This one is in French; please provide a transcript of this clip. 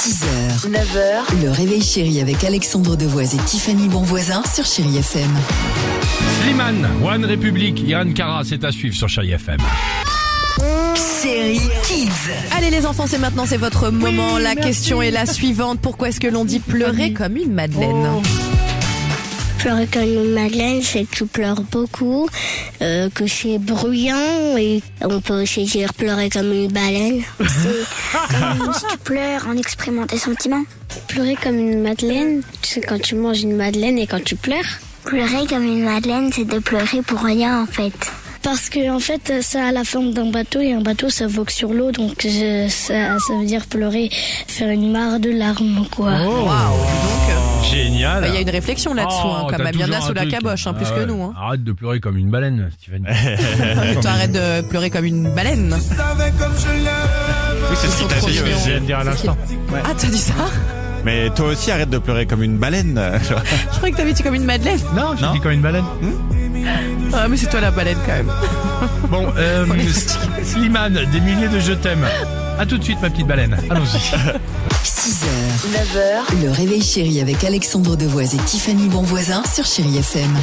6h, 9h, le réveil chéri avec Alexandre Devoise et Tiffany Bonvoisin sur Chéri FM. Slimane, One République, Yann Cara, c'est à suivre sur Chéri FM. Série Kids. Allez les enfants, c'est maintenant, c'est votre moment. la question est la suivante. Pourquoi est-ce que l'on dit pleurer comme une madeleine Pleurer comme une madeleine, c'est que tu pleures beaucoup, euh, que c'est bruyant et on peut aussi dire pleurer comme une baleine. Euh, Si tu pleures en exprimant tes sentiments. Pleurer comme une madeleine, c'est quand tu manges une madeleine et quand tu pleures. Pleurer comme une madeleine, c'est de pleurer pour rien en fait. Parce que en fait, ça a la forme d'un bateau et un bateau ça vogue sur l'eau, donc je- ça, ça veut dire pleurer, faire une mare de larmes quoi. Génial. Bah, Il y a une réflexion là-dessous, Oh, hein, quand t'as même. Il y en toujours a un sous la truc. caboche, hein, plus Ah que ouais. Ah nous. Hein. Arrête de pleurer comme une baleine, Stéphanie. Toi, arrête de pleurer comme une baleine. Oui, c'est ce sont qu'il t'a trop dit, mignons. ouais. dire à l'instant. Ah, t'as dit ça Mais toi aussi, arrête de pleurer comme une baleine. euh, Je croyais que t'avais dit comme une madeleine. Non, j'ai Non. dit comme une baleine. Ah, mais c'est toi la baleine quand même. Bon, euh, Slimane, des milliers de je t'aime. À tout de suite, ma petite baleine. Allons-y. 6h, 9h, le réveil chéri avec Alexandre Devoise et Tiffany Bonvoisin sur Chéri FM.